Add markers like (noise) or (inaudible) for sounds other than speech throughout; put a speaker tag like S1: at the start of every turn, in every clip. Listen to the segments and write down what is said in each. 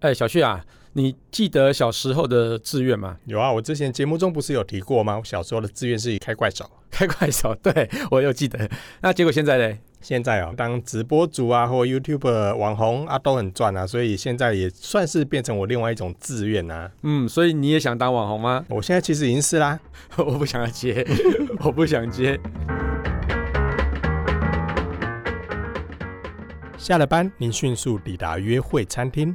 S1: 哎、小旭啊，你记得小时候的志愿吗？ (laughs)
S2: 有啊，我之前节目中不是有提过吗？我小时候的志愿是开怪手，
S1: 开快手，对我有记得。那结果现在嘞？
S2: 现在啊、当直播主啊或 YouTube 网红啊都很赚啊，所以现在也算是变成我另外一种志愿啊。
S1: 嗯，所以你也想当网红吗？ (laughs)
S2: 我现在其实已经是啦，
S1: 我不想接， (laughs) 我不想接。
S2: 下了班，您迅速抵达约会餐厅，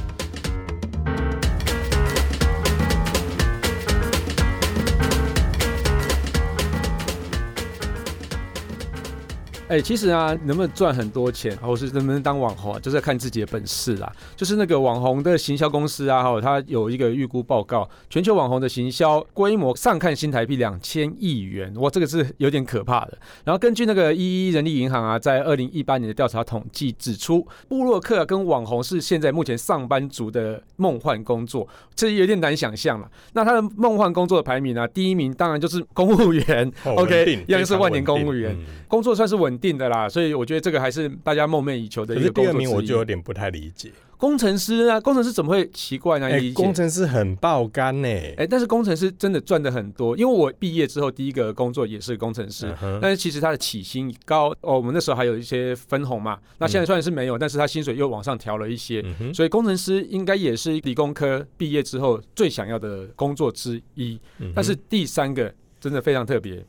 S1: 哎、其实啊，能不能赚很多钱，或是能不能当网红啊，就是要看自己的本事啦。就是那个网红的行销公司啊，还有它有一个预估报告，全球网红的行销规模上看新台币两千亿元，哇，这个是有点可怕的。然后根据那个一一人力银行啊，在二零一八年的调查统计指出，布洛克跟网红是现在目前上班族的梦幻工作，这有点难想象了。那他的梦幻工作的排名呢、啊，第一名当然就是公务员，
S2: 哦
S1: OK，
S2: 稳定
S1: 一样是
S2: 非常
S1: 万年
S2: 稳
S1: 公
S2: 定
S1: 务员
S2: 嗯
S1: 工作算是稳定的啦，所以我觉得这个还是大家梦寐以求的
S2: 可
S1: 一
S2: 是
S1: 个工作
S2: 第二
S1: 之一。
S2: 名我就有点不太理解，
S1: 工程师啊，工程师怎么会奇怪呢？
S2: 哎、
S1: 理解
S2: 工程师很爆肝呢、
S1: 哎、但是工程师真的赚的很多，因为我毕业之后第一个工作也是工程师，
S2: 嗯哼
S1: 但是其实他的起薪高哦，我们那时候还有一些分红嘛，那现在虽然是没有，但是他薪水又往上调了一些，
S2: 嗯哼，
S1: 所以工程师应该也是理工科毕业之后最想要的工作之一。
S2: 嗯哼
S1: 但是第三个真的非常特别，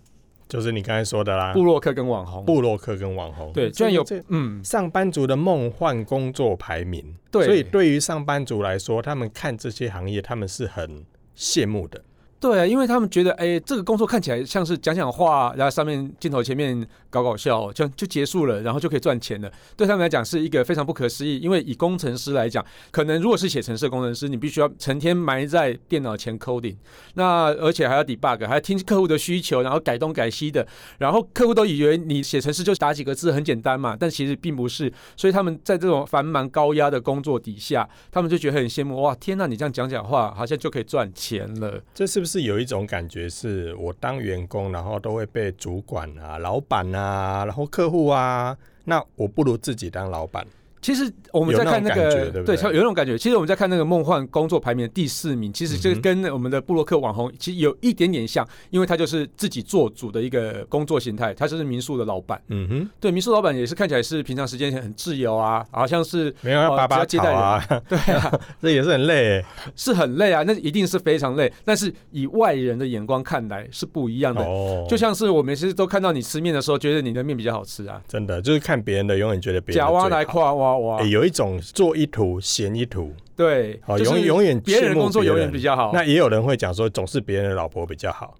S2: 就是你刚才说的啦，
S1: 布洛克跟网红，
S2: 布洛克跟网红，
S1: 对，居
S2: 这
S1: 然有
S2: 这
S1: 嗯，
S2: 上班族的梦幻工作排名。
S1: 对，
S2: 所以对于上班族来说，他们看这些行业，他们是很羡慕的。
S1: 对啊，因为他们觉得，哎、这个工作看起来像是讲讲话，然后上面镜头前面搞搞笑，就就结束了，然后就可以赚钱了。对他们来讲是一个非常不可思议。因为以工程师来讲，可能如果是写程式的工程师，你必须要成天埋在电脑前 coding，那而且还要 debug，还要听客户的需求，然后改东改西的。然后客户都以为你写程式就打几个字很简单嘛，但其实并不是。所以他们在这种繁忙高压的工作底下，他们就觉得很羡慕，哇，天呐，你这样讲讲话，好像就可以赚钱了。
S2: 这是不是有一种感觉，是我当员工，然后都会被主管啊、老板啊，然后客户啊，那我不如自己当老板。
S1: 其实我们在看那
S2: 有那种
S1: 个
S2: 感觉，对不嗯
S1: 对，
S2: 对
S1: 有那种感觉。其实我们在看那个梦幻工作排名的第四名，其实这
S2: 嗯哼
S1: 跟我们的布洛克网红其实有一点点像，因为他就是自己做主的一个工作形态，他就是民宿的老板。
S2: 嗯哼，
S1: 对，民宿老板也是看起来是平常时间很自由啊，好像
S2: (laughs)
S1: 是
S2: 没有要
S1: 哦
S2: 拔拔
S1: 只
S2: 草
S1: 要接待
S2: 啊，
S1: 对啊，
S2: (laughs) 这也是很累欸
S1: 是很累啊，那一定是非常累。但是以外人的眼光看来是不一样的，
S2: 哦。
S1: 就像是我每次都看到你吃面的时候，觉得你的面比较好吃啊，
S2: 真的就是看别人的，永远觉得别人
S1: 假
S2: 的
S1: 挖
S2: 最
S1: 来
S2: 好
S1: 夸哇哇
S2: 欸，有一种做一图嫌一图，
S1: 对，
S2: 好，
S1: 就
S2: 哦永
S1: 是
S2: 永远
S1: 别人
S2: 羡
S1: 的
S2: 慕
S1: 工作
S2: 别
S1: 永远
S2: 人
S1: 比较好。
S2: 那也有人会讲说，总是别人的老婆比较好。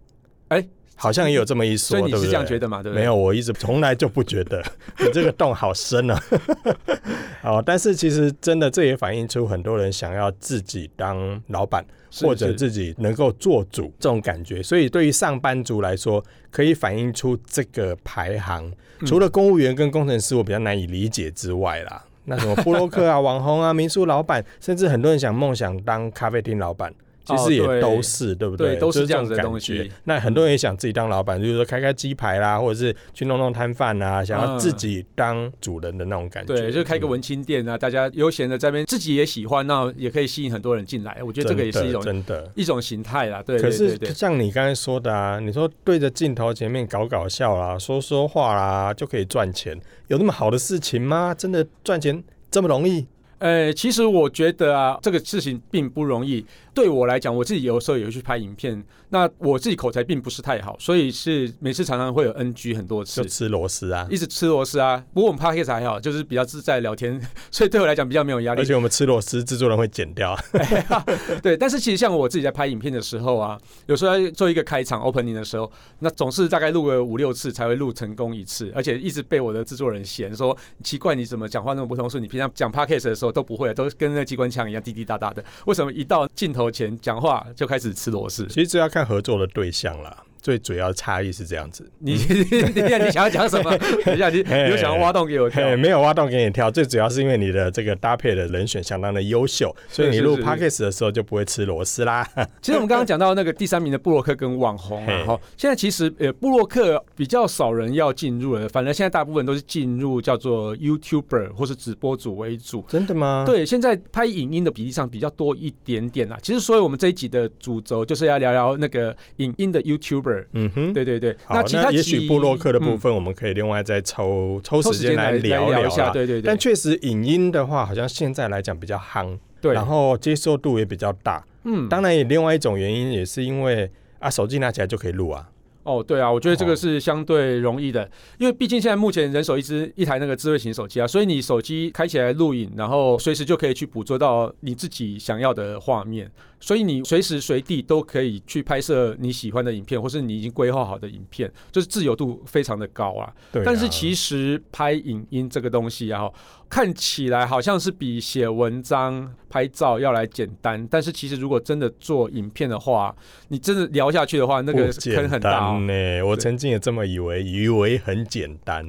S1: 哎
S2: 好像也有这么一
S1: 所
S2: 说，
S1: 以你
S2: 对不
S1: 是
S2: 对
S1: 这样觉得嘛？对不对？
S2: 没有，我一直从来就不觉得你这个洞好深啊。 (laughs) 哦，但是其实真的，这也反映出很多人想要自己当老板，
S1: 是，
S2: 或者
S1: 是
S2: 自己能够做主这种感觉。所以对于上班族来说，可以反映出这个排行。
S1: 嗯
S2: 除了公务员跟工程师，我比较难以理解之外啦。那什么布洛克啊、网红啊、民宿老板，甚至很多人想梦想当咖啡厅老板，其
S1: 哦
S2: 实也
S1: 对
S2: 都是、对不
S1: 对都是
S2: 就是
S1: 这样
S2: 种
S1: 子的
S2: 感
S1: 东
S2: 觉
S1: 西。嗯
S2: 那很多人也想自己当老板，就是说开开鸡排啦，或者是去弄弄摊贩啊，想要
S1: 嗯
S2: 自己当主人的那种感觉。
S1: 对，就开个
S2: 嗯
S1: 文青店啊，大家悠闲的在那边，自己也喜欢，那也可以吸引很多人进来。我觉得这个也是一种
S2: 真的。真的
S1: 一种形态啦，对
S2: 可
S1: 对
S2: 是
S1: 对对。
S2: 像你刚才说的啊，你说对着镜头前面搞搞笑啦，说说话啦，就可以赚钱，有那么好的事情吗？真的赚钱这么容易？
S1: 呃，其实我觉得啊，这个事情并不容易。对我来讲，我自己有时候也会去拍影片，那我自己口才并不是太好，所以是每次常常会有 NG 很多
S2: 就
S1: 次。
S2: 吃螺丝啊！
S1: 一直吃螺丝啊，不过我们 p o d c a s 还好，就是比较自在聊天， (laughs) 所以对我来讲比较没有压力
S2: 而。且我们吃螺丝，制作人会剪掉。
S1: 对，但是其实像我自己在拍影片的时候啊，有时候要做一个开场 opening 的时候，那总是大概录个五六次才会录成功一次，而且一直被我的制作人嫌说奇怪，你怎么讲话那么不通顺？你平常讲 podcast 的时候都不会啊，都跟那机关枪一样滴滴答答的，为什么一到镜头前讲话就开始吃螺丝？
S2: 其实这要看合作的对象啦。最主要的差异是这样子。
S1: 你 (laughs) 等一下你想要讲什么？等一下你
S2: 嘿
S1: 你又想要挖洞给我跳
S2: 嘿，？没有挖洞给你跳，最主要是因为你的这个搭配的人选相当的优秀，所以
S1: 是
S2: 你
S1: 是
S2: 录
S1: 是
S2: podcast 的时候就不会吃螺丝啦。
S1: 其实我们刚刚讲到那个第三名的布洛克跟网红啊，
S2: 嘿
S1: 哈，现在其实呃布洛克比较少人要进入了，反正现在大部分都是进入叫做 YouTuber 或是直播主为主。
S2: 真的吗？
S1: 对，现在拍影音的比例上比较多一点点啦。其实，所以我们这一集的主轴就是要聊聊那个影音的 YouTuber。
S2: 嗯哼。
S1: 对对对，
S2: 好，
S1: 其他嗯
S2: 那也
S1: 集
S2: 许布洛克的部
S1: 嗯
S2: 分，我们可以另外再抽、抽
S1: 抽
S2: 时间来聊啊
S1: 聊一下，
S2: 啦。
S1: 对对对
S2: 但，确实，影音的话，好像现在来讲比较夯，
S1: 对，
S2: 然后接受度也比较大。
S1: 嗯，
S2: 当然，也另外一种原因也是因为啊，手机拿起来就可以录啊。
S1: 哦，对啊，我觉得这个是相对容易的，因为毕竟现在目前人手一只一台那个智慧型手机啊，所以你手机开起来录影，然后随时就可以去捕捉到你自己想要的画面，所以你随时随地都可以去拍摄你喜欢的影片，或是你已经规划好的影片，就是自由度非常的高啊。
S2: 对啊，
S1: 但是其实拍影音这个东西啊，看起来好像是比写文章、拍照要来简单，但是其实如果真的做影片的话，你真的聊下去的话，那个
S2: 不
S1: 坑
S2: 简
S1: 很大、哦
S2: 单。呢、我
S1: 对
S2: 曾经也这么以为，以为很简单。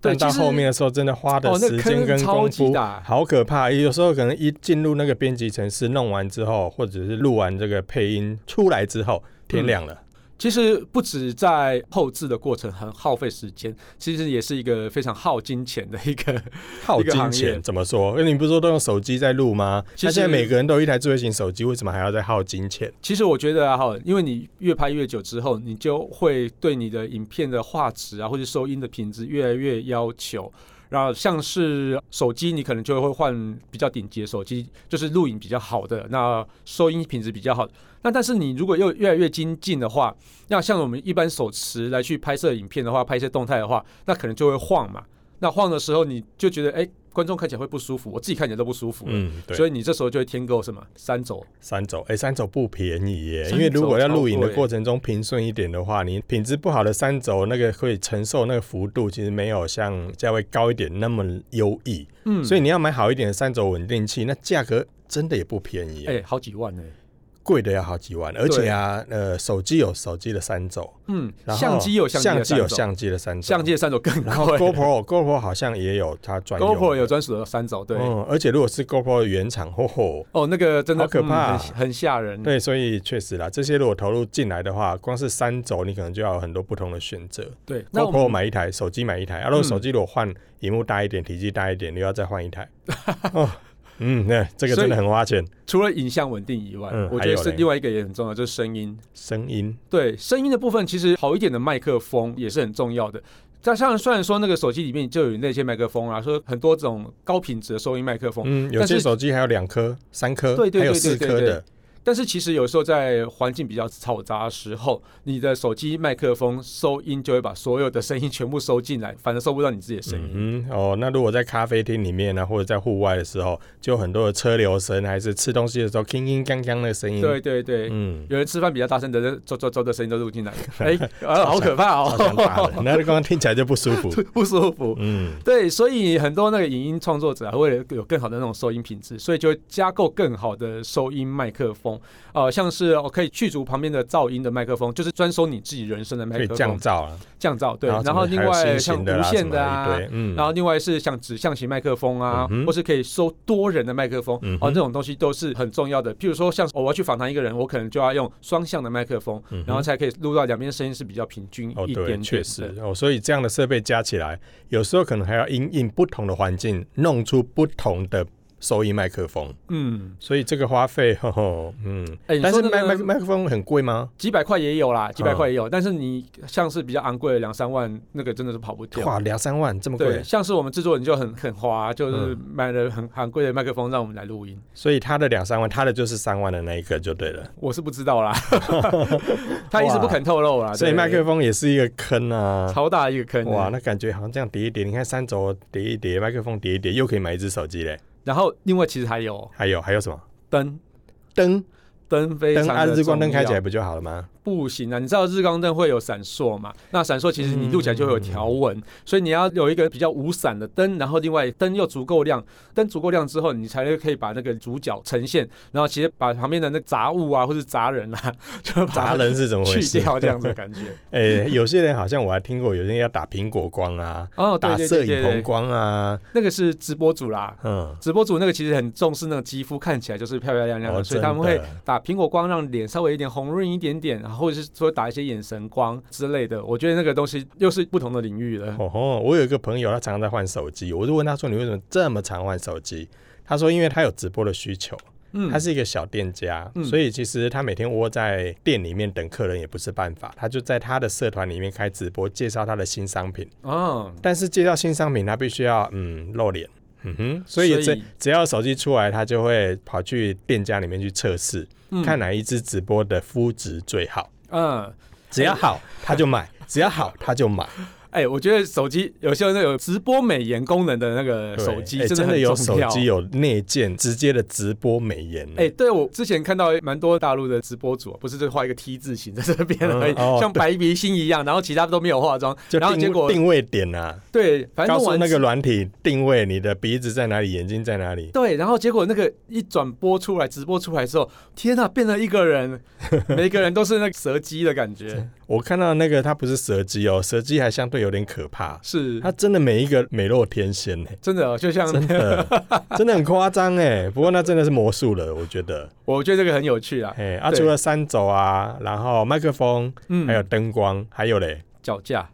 S1: 对
S2: 但到
S1: 其实
S2: 后面的时候，真的花的
S1: 哦那
S2: 时
S1: 坑
S2: 间跟
S1: 超
S2: 功
S1: 级
S2: 夫
S1: 大
S2: 好可怕。有时候可能一进入那个编辑程式，弄完之后，或者是录完这个配音出来之后，天
S1: 嗯
S2: 亮了。
S1: 其实不止在后置的过程很耗费时间，其实也是一个非常耗金钱的一个。
S2: 耗
S1: 一个
S2: 金
S1: 行业
S2: 钱怎么说？因为你不是说都用手机在录吗？
S1: 其
S2: 那现在
S1: 实
S2: 每个人都有一台智慧型手机，为什么还要再耗金钱？
S1: 其实我觉得啊，哈，因为你越拍越久之后，你就会对你的影片的画质啊，或者收音的品质越来越要求。然后像是手机，你可能就会换比较顶级的手机，就是录影比较好的，那收音品质比较好的。那但是你如果又越来越精进的话，那像我们一般手持来去拍摄影片的话，拍摄动态的话，那可能就会晃嘛。那晃的时候，你就觉得哎，观众看起来会不舒服，我自己看起来都不舒服了。
S2: 嗯，对。
S1: 所以你这时候就会添购什么三轴
S2: 三轴，哎、三轴不便宜耶，
S1: 三轴
S2: 因为如果要录影
S1: 超
S2: 的
S1: 贵
S2: 过程中平顺一点的话，你品质不好的三轴那个可以承受那个幅度，其实没有像价位高一点那么优异。
S1: 嗯
S2: 所以你要买好一点的三轴稳定器，那价格真的也不便宜耶
S1: 哎、，好几万呢、
S2: 贵、的要好几万。而且啊，呃，手机有手机的三轴，
S1: 嗯，
S2: 然后
S1: 相机有相机
S2: 相
S1: 的
S2: 机
S1: 三
S2: 有
S1: 种，
S2: 相机的三轴，
S1: 相机。的三种更
S2: 然后
S1: 贵。
S2: GoPro GoPro 好像也有它
S1: (laughs)
S2: 专用的
S1: GoPro 有专属的三轴，对。
S2: 嗯，而且如果是 GoPro 的原厂，吼吼。
S1: 哦，那个真的
S2: 好可怕啊
S1: 嗯很很吓人。，
S2: 对，所以确实啦，这些如果投入进来的话，光是三轴你可能就要有很多不同的选择。
S1: 对，那我
S2: GoPro
S1: 们
S2: 买一台，手机买一台，啊，如果
S1: 嗯
S2: 手机如果换荧幕大一点，体积大一点，你又要再换一
S1: (laughs)
S2: 台。哦，嗯，那这个
S1: 所以
S2: 真的很花钱。
S1: 除了影像稳定以外，
S2: 嗯
S1: 我
S2: 还
S1: 觉得
S2: 有
S1: 是
S2: 嘞
S1: 另外一个也很重要，就是声音。
S2: 声音
S1: 对，声音的部分其实好一点的麦克风也是很重要的。加上虽然说那个手机里面就有那些麦克风啊，说很多种高品质的收音麦克风，
S2: 嗯，有
S1: 但
S2: 些
S1: 是
S2: 手机还有两颗、三颗，
S1: 对对
S2: 还有
S1: 对对
S2: 四
S1: 对
S2: 颗
S1: 对
S2: 的。
S1: 但是其实有时候在环境比较嘈杂的时候，你的手机麦克风收音就会把所有的声音全部收进来，反而收不到你自己的声音。
S2: 嗯哼哦，那如果在咖啡厅里面呢、或者在户外的时候，就有很多的车流声，还是吃东西的时候铿铿锵锵的声音。
S1: 对，对对，
S2: 嗯，
S1: 有人吃饭比较大声的，走走走的声音都录进
S2: (laughs)
S1: 来，哎、啊好可怕
S2: 好想打
S1: 哦，
S2: 人， (laughs) 那刚刚听起来就不舒服。
S1: 不舒服。
S2: 嗯。
S1: 对，所以很多那个影音创作者啊，为了有更好的那种收音品质，所以就会加购更好的收音麦克风，呃，像是哦可以去除旁边的噪音的麦克风，就是专收你自己人声的麦
S2: 可以
S1: 克
S2: 降
S1: 风，
S2: 噪啊，
S1: 降噪对。
S2: 什
S1: 然
S2: 么
S1: 后另
S2: 还有
S1: 外
S2: 新
S1: 像
S2: 型的
S1: 无
S2: 啦
S1: 线
S2: 什
S1: 的
S2: 么
S1: 啊，
S2: 一堆嗯，
S1: 然后另外是像指向型麦克风啊，
S2: 嗯哼
S1: 或是可以收多人的麦克风、
S2: 嗯
S1: 哦，
S2: 哼
S1: 这种东西都是很重要的。譬如说像、哦我要去访谈一个人，我可能就要用双向的麦克风，
S2: 嗯哼
S1: 然后才可以录到两边声音是比较平均
S2: 哦
S1: 一点
S2: 对，
S1: 点。
S2: 确实哦，所以这样的设备加起来，有时候可能还要因应不同的环境，弄出不同的收音麦克风，
S1: 嗯，
S2: 所以这个花费，吼吼，嗯，
S1: 哎、你
S2: 但
S1: 说
S2: 是
S1: 那
S2: 麦麦啊
S1: 个
S2: 麦克风很贵吗？
S1: 几百块也有啦，几百块也有，但是你像是比较昂贵的两三万，那个真的是跑不掉。
S2: 哇，两三万这么
S1: 对，
S2: 贵，
S1: 像是我们制作人就很很花、就是买了很很贵的麦克风让我们来录音，
S2: 所以他的两三万，他的就是三万的那一个就对了，
S1: 我是不知道
S2: (laughs)
S1: 啦，他一直不肯透露啦。
S2: 所以
S1: 啊对
S2: 麦克风也是一个坑啊。
S1: 超大一个坑，
S2: 哇，！那感觉好像这样叠一叠，你看三轴叠一叠，麦克风叠一叠，又可以买一只手机嘞。
S1: 然后另外其实还有
S2: 还有还有什么
S1: 灯，
S2: 灯
S1: 灯非
S2: 灯
S1: 常
S2: 啊，
S1: 的
S2: 日光灯开
S1: 重
S2: 起来
S1: 要 (laughs)
S2: 不就好了吗？
S1: 不行啊！你知道日光灯会有闪烁嘛？那闪烁其实你录起来就会有条纹，
S2: 嗯
S1: 所以你要有一个比较无闪的灯，然后另外灯又足够亮，灯足够亮之后，你才可以把那个主角呈现，然后其实把旁边的那个杂物啊或是杂人啊， (laughs) 就把
S2: 砸
S1: 它
S2: 人是怎么回
S1: 去
S2: 事？
S1: 掉这样子的感觉。
S2: (laughs) 哎、有些人好像我还听过，有些人要打苹果光啊，
S1: 哦，对
S2: 打
S1: 对
S2: 摄
S1: 对
S2: 影
S1: 对
S2: 棚
S1: 对，
S2: 光啊，
S1: 那个是直播组啦。
S2: 嗯，
S1: 直播组那个其实很重视那个肌肤看起来就是漂漂亮亮的，
S2: 哦
S1: 所以他们
S2: 真
S1: 会
S2: 的
S1: 打苹果光让脸稍微有点红润一点点，然后或者是说打一些眼神光之类的。我觉得那个东西又是不同的领域了。
S2: 哦吼，我有一个朋友，他常常在换手机，我就问他说：“你为什么这么常换手机？”他说：“因为他有直播的需求，
S1: 嗯，
S2: 他是一个小店家，
S1: 嗯
S2: 所以其实他每天窝在店里面等客人也不是办法，他就在他的社团里面开直播介绍他的新商品。
S1: 哦，
S2: 但是介绍新商品，他必须要嗯露脸，嗯哼，所以
S1: 所
S2: 这
S1: 以
S2: 只要手机出来，他就会跑去店家里面去测试，
S1: 嗯
S2: 看哪一支直播的肤质最好，
S1: 嗯，
S2: 只要好他就买，只要好他就买。
S1: (laughs) 哎、我觉得手机有些那有直播美颜功能的那个
S2: 对
S1: 手机
S2: 哎
S1: 真的
S2: 的
S1: 很
S2: 有
S1: 重
S2: 手
S1: 要。
S2: 机有内建直接的直播美颜，啊
S1: 哎、对我之前看到蛮多大陆的直播主，不是就画一个 T 字形在这边
S2: 嗯
S1: 而已，
S2: 哦
S1: 像白鼻心一样，然后其他都没有化妆，
S2: 就
S1: 然后
S2: 定
S1: 结果
S2: 定位点啊，
S1: 对，反正
S2: 告
S1: 弄
S2: 诉
S1: 完
S2: 那个软体定位你的鼻子在哪里，眼睛在哪里。
S1: 对，然后结果那个一转播出来，直播出来之后，天呐，变成一个人，每一个人都是那个蛇姬的感觉，
S2: 我看到那个它不是蛇姬哦，蛇姬还相对有点可怕，
S1: 是
S2: 它真的每一个美若天仙呢、
S1: 真的，哦就像
S2: 真的，真的很夸张哎。不过那真的是魔术了，我觉得。
S1: 我觉得这个很有趣啊，
S2: 哎，啊，
S1: 对
S2: 除了三轴啊，然后麦克风，
S1: 嗯，
S2: 还有灯光，还有嘞
S1: 脚架，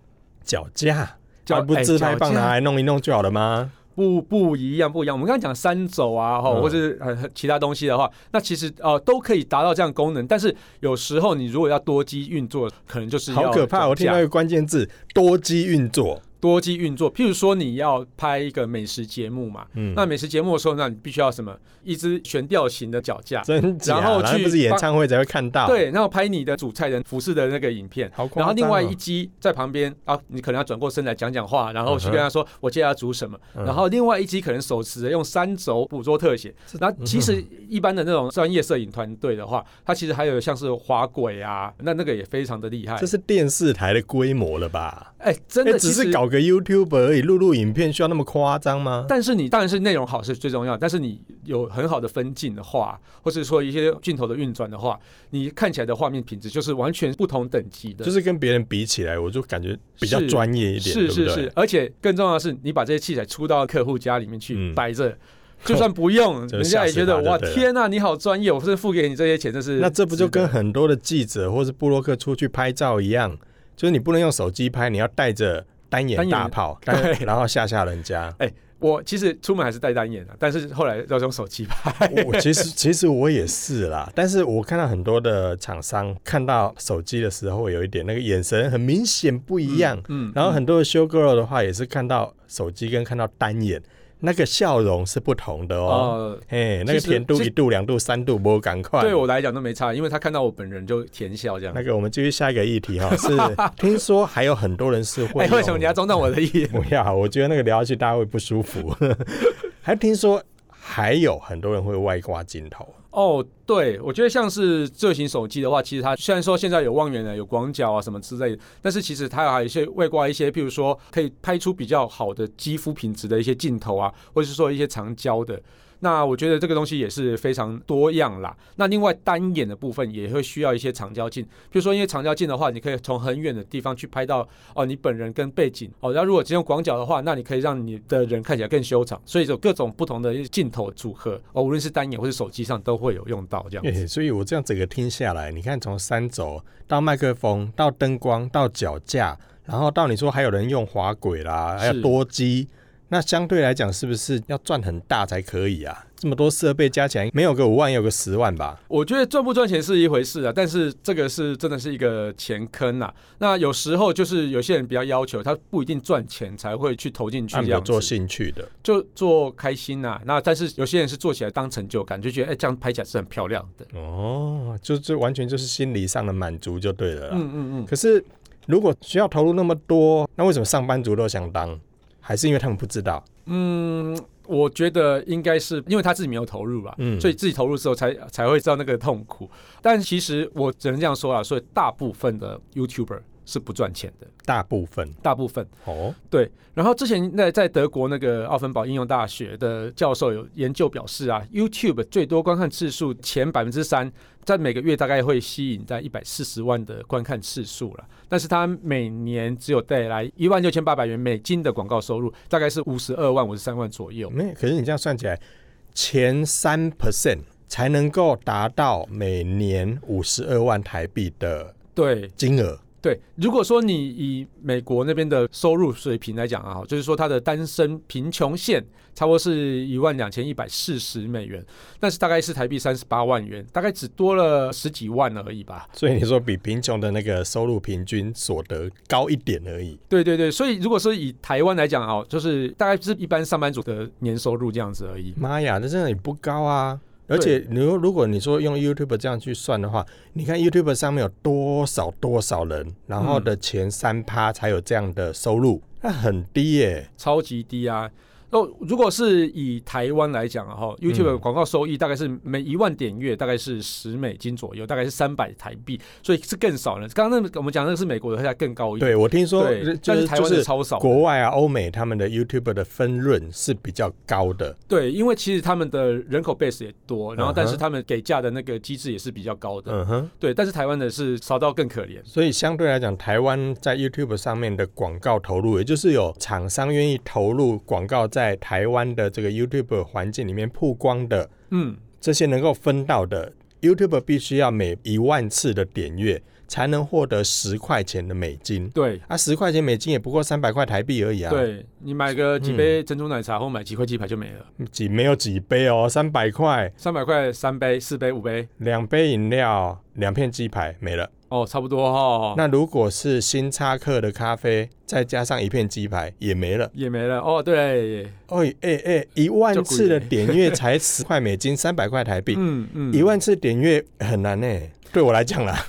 S2: 脚架，
S1: 脚
S2: 啊不
S1: 哎
S2: 自拍
S1: 脚
S2: 棒拿
S1: 架
S2: 来弄一弄就好了吗？
S1: 不不一样，不一样。我们刚刚讲三轴啊，哈，
S2: 嗯
S1: 或者呃其他东西的话，那其实呃都可以达到这样的功能，但是有时候你如果要多机运作，可能就是
S2: 好
S1: 要
S2: 可怕！
S1: 脚
S2: 我听
S1: 架
S2: 到一个关键字：多机运作。
S1: 多机运作，譬如说你要拍一个美食节目嘛，
S2: 嗯
S1: 那美食节目的时候，那你必须要什么？一只悬吊型的脚架，
S2: 真假？
S1: 然后去
S2: 不是演唱会才会看到。，
S1: 对，然后拍你的主菜人服饰的那个影片。
S2: 好夸张哦
S1: 然后另外一机在旁边啊，你可能要转过身来讲讲话，然后去跟他说我接下来要煮什么。
S2: 嗯
S1: 然后另外一机可能手持着用三轴捕捉特写。那其实一般的那种专业摄影团队的话，它其实还有像是滑轨啊，那那个也非常的厉害
S2: 这。是电视台的规模了吧？
S1: 哎，真
S2: 哎
S1: 的
S2: 只
S1: 其
S2: 是
S1: 实
S2: 搞个 YouTube 而已，录录影片需要那么夸张吗？
S1: 但是你当然是内容好是最重要，但是你有很好的分镜的话，或是说一些镜头的运转的话，你看起来的画面品质就是完全不同等级的。
S2: 就是跟别人比起来，我就感觉比较
S1: 是
S2: 专业一点，
S1: 是
S2: 对
S1: 是
S2: 不
S1: 是
S2: 对？，
S1: 而且更重要的是，你把这些器材出到客户家里面去
S2: 嗯
S1: 摆着，就算不
S2: (laughs)
S1: 用，
S2: 就
S1: 人家也觉得
S2: 吓死他
S1: 哇
S2: 就对了
S1: 天呐，你好专业，我是付给你这些钱，这是
S2: 那这不就
S1: 值得
S2: 跟很多的记者或是布洛克出去拍照一样，就是你不能用手机拍，你要带着单眼
S1: 单眼
S2: 大炮，
S1: 对。
S2: 单然后吓吓人家
S1: (laughs) 我其实出门还是带单眼的，啊但是后来要用手机拍，
S2: 我其实其实我也是啦，但是我看到很多的厂商看到手机的时候，有一点那个眼神很明显不一样，
S1: 嗯，嗯
S2: 然后很多的修 girl 的话，也是看到手机跟看到单眼，那个笑容是不同的哦。
S1: 呃。
S2: 嘿，那个
S1: 其实
S2: 甜度
S1: 其
S2: 一
S1: 实
S2: 度、两度、三度，不赶快。
S1: 呃对我来讲都没差，因为他看到我本人就甜笑这样
S2: 那。个，我们继续下一个议题
S1: (laughs)
S2: 哈、是听说还有很多人是会
S1: 哎，
S2: 用
S1: 为什么你要中断我的意？
S2: 不要？我觉得那个聊下去大家会不舒服。 (laughs) 还听说还有很多人会外挂镜头，
S1: 哦，对，我觉得像是智型手机的话，其实它虽然说现在有望远了、有广角啊什么之类的，但是其实它还有一些外挂一些，譬如说可以拍出比较好的肌肤品质的一些镜头啊，或者是说一些长焦的。那我觉得这个东西也是非常多样啦。那另外单眼的部分也会需要一些长焦镜，比如说因为长焦镜的话，你可以从很远的地方去拍到哦你本人跟背景哦。那如果只用广角的话，那你可以让你的人看起来更修长。所以有各种不同的镜头组合哦，无论是单眼或是手机上都会有用到这样
S2: 哎、
S1: 子。
S2: 所以我这样整个听下来，你看从三轴到麦克风，到灯光，到脚架，然后到你说还有人用滑轨啦，还有
S1: 是
S2: 多机，那相对来讲是不是要赚很大才可以啊？这么多设备加起来，没有个五万，有个十万吧？
S1: 我觉得赚不赚钱是一回事啊，但是这个是真的是一个钱坑啊。那有时候就是有些人比较要求，他不一定赚钱才会去投进去
S2: 他
S1: 这
S2: 们有
S1: 样
S2: 做
S1: 子。
S2: 兴趣的，
S1: 就做开心呐、那但是有些人是做起来当成就感，就觉得哎、这样拍起来是很漂亮的。
S2: 哦，就这完全就是心理上的满足就对了啦。
S1: 嗯嗯嗯，
S2: 可是如果需要投入那么多，那为什么上班族都想当？还是因为他们不知道？
S1: 嗯，我我觉得应该是因为他自己没有投入吧，
S2: 嗯
S1: 所以自己投入之后才才会知道那个痛苦。但其实我只能这样说啊，所以大部分的 YouTuber 是不赚钱的，
S2: 大部分
S1: 大部分
S2: 哦，
S1: 对。然后之前在在德国那个奥芬堡应用大学的教授有研究表示啊，YouTube 最多观看次数前百分之三，在每个月大概会吸引在一百四十万的观看次数了，但是它每年只有带来一万六千八百元美金的广告收入，大概是五十二万五十三万左右。
S2: 没有，可是你这样算起来，前三 percent 才能够达到每年五十二万台币的
S1: 对，
S2: 金额。
S1: 对，如果说你以美国那边的收入水平来讲啊，就是说它的单身贫穷线差不多是一万两千一百四十美元，但是大概是台币三十八万元，大概只多了十几万而已吧。
S2: 所以你说比贫穷的那个收入平均所得高一点而已，
S1: 对对对，所以如果是以台湾来讲啊，就是大概是一般上班族的年收入这样子而已。
S2: 妈呀，那真的也不高啊！而
S1: 对
S2: 且你说，如果你说用 YouTube 这样去算的话，你看 YouTube 上面有多少多少人，然后的前三趴才有这样的收入，那很低耶、
S1: 超级低啊。哦，如果是以台湾来讲啊，哈，YouTube
S2: 嗯
S1: 的广告收益大概是每一万点阅大概是十美金左右，大概是三百台币，所以是更少了。刚刚那个我们讲那个是美国的，它更高一点。
S2: 对我听说，
S1: 哦对，
S2: 就
S1: 但
S2: 是
S1: 是台湾
S2: 就是
S1: 是超少的。
S2: 国外啊、欧美他们的 YouTube 的分润是比较高的，
S1: 对，因为其实他们的人口 base 也多，然后
S2: 嗯哼
S1: 但是他们给价的那个机制也是比较高的。
S2: 嗯哼，
S1: 对，但是台湾的是少到更可怜。
S2: 所以相对来讲，台湾在 YouTube 上面的广告投入，也就是有厂商愿意投入广告在台湾的这个 YouTube 环境里面曝光的，
S1: 嗯，
S2: 这些能够分到的 YouTube 必须要每一万次的点阅才能获得十块钱的美金，
S1: 对。
S2: 啊，十块钱美金也不过三百块台币而已啊，，
S1: 对你买个几杯
S2: 嗯
S1: 珍珠奶茶，或买几块鸡排就没了。
S2: 几没有几杯哦，三百块，
S1: 三百块三杯、四杯、五杯，
S2: 两杯饮料，两片鸡排没了。
S1: 哦，差不多哦，
S2: 那如果是星巴克的咖啡，再加上一片鸡排也没了。
S1: 也没了。哦，对，
S2: 哦，哎、哎、一
S1: 就
S2: 万
S1: 贵
S2: 次的
S1: 耶
S2: 点阅才十块美金，三百块台币，
S1: 嗯嗯
S2: 一、万次点阅很难呢、对我来讲啦，